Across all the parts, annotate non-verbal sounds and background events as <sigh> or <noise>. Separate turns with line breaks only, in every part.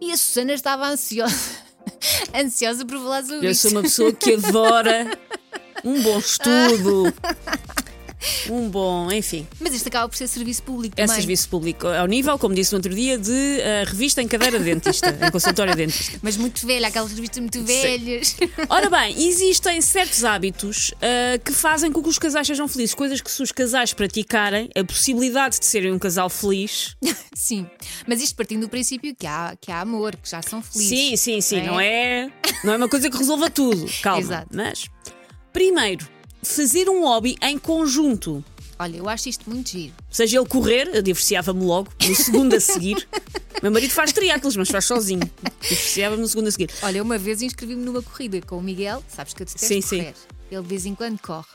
E a Susana estava ansiosa, <laughs> ansiosa por falar sobre
Eu
isso.
sou uma pessoa que adora
<laughs>
um bom estudo, um bom, enfim.
Mas isto acaba por ser serviço público
É
também.
serviço público ao nível, como disse no outro dia, de eh, revista em cadeira de dentista, em consultório de dentista.
Mas muito velha, aquelas revistas muito velhas. <laughs>
Ora bem, existem certos hábitos ah, que fazem com que os casais sejam felizes. Coisas que se os casais praticarem, a possibilidade de serem um casal feliz.
Sim, mas isto partindo do princípio que há, que há amor, que já são felizes.
Sim, sim, sim.
não é?
Não é, não é uma coisa que resolva tudo. Calma.
Exato.
Mas, primeiro, fazer um hobby em conjunto.
Olha, eu acho isto muito giro.
Seja ele correr, eu divorciava-me logo, no segundo
<laughs>
a seguir. Meu marido faz triângulos, mas faz sozinho. Divorciava-me no segundo a seguir.
Olha, uma vez inscrevi-me numa corrida com o Miguel, sabes que eu detesto
Sim, sim.
correr. Ele de vez em quando corre.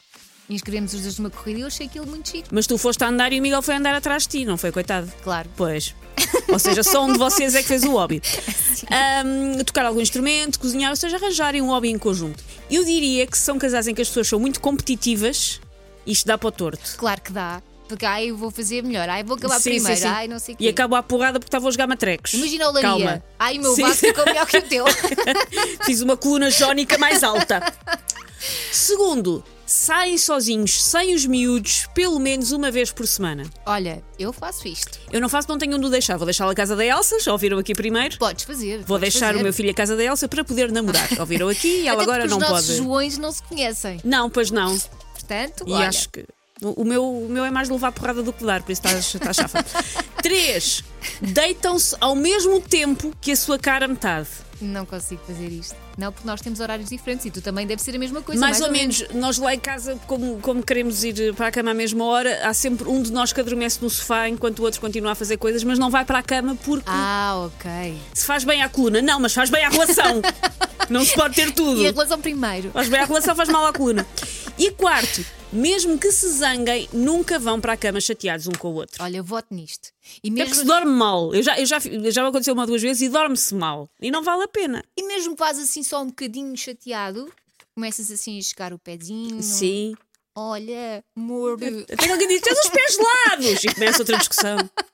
Inscrevemos os dois numa corrida e eu achei aquilo muito giro.
Mas tu foste a andar e o Miguel foi andar atrás de ti, não foi? Coitado.
Claro.
Pois. Ou seja, só um de vocês é que fez o hobby. Ahm, tocar algum instrumento, cozinhar, ou seja, arranjarem um hobby em conjunto. Eu diria que são casais em que as pessoas são muito competitivas, isto dá para o torto.
Claro que dá. Porque ai, eu vou fazer melhor, ai, vou acabar
Sim, sim,
primeiro,
sim.
ai, não sei o quê.
E acabo à porrada porque estava a jogar matrecos.
Imagina o Laria.
Calma.
Ai, o meu
Sim.
vaso ficou melhor que o
<laughs>
teu.
Fiz uma coluna jónica mais alta. Segundo, saem sozinhos, sem os miúdos, pelo menos uma vez por semana.
Olha, eu faço isto.
Eu não faço, não tenho onde o deixar. Vou deixá-lo à casa da Elsa, já ouviram aqui primeiro.
Podes fazer.
Vou
podes
deixar
fazer.
o meu filho à casa da Elsa para poder namorar. Ouviram aqui e ela
Até
agora
porque
não
os nossos
pode.
joões não se conhecem.
Não, pois não.
Portanto,
E
olha,
acho que. O o meu, o meu é mais de levar porrada do que dar, por isso estás
<laughs>
estás chafa. Três, deitam-se ao mesmo tempo que a sua cara metade.
não consigo fazer isto. Não, porque nós temos horários diferentes e tu também deve ser a mesma coisa.
mais, ou menos, nós lá em casa, como, como queremos ir para a cama à mesma hora, há sempre um de nós que adormece no sofá enquanto o outro continua a fazer coisas, mas não vai para a cama porque
Ah, ok.
se faz bem à coluna. Não, mas faz bem à relação. não se pode ter tudo.
E a relação primeiro.
Faz bem à relação, faz mal à coluna. E quarto, mesmo que se zanguem, nunca vão para a cama chateados um com o outro.
Olha, eu voto nisto. E
É porque se
mesmo,
dorme mal. Eu já, eu já, já me aconteceu uma ou duas vezes e dorme-se mal. E não vale a pena.
e mesmo que vás assim só um bocadinho chateado, começas assim a chegar o pezinho.
Sim.
Olha, amor.
Até que alguém diz: tens os pés gelados! E começa outra discussão.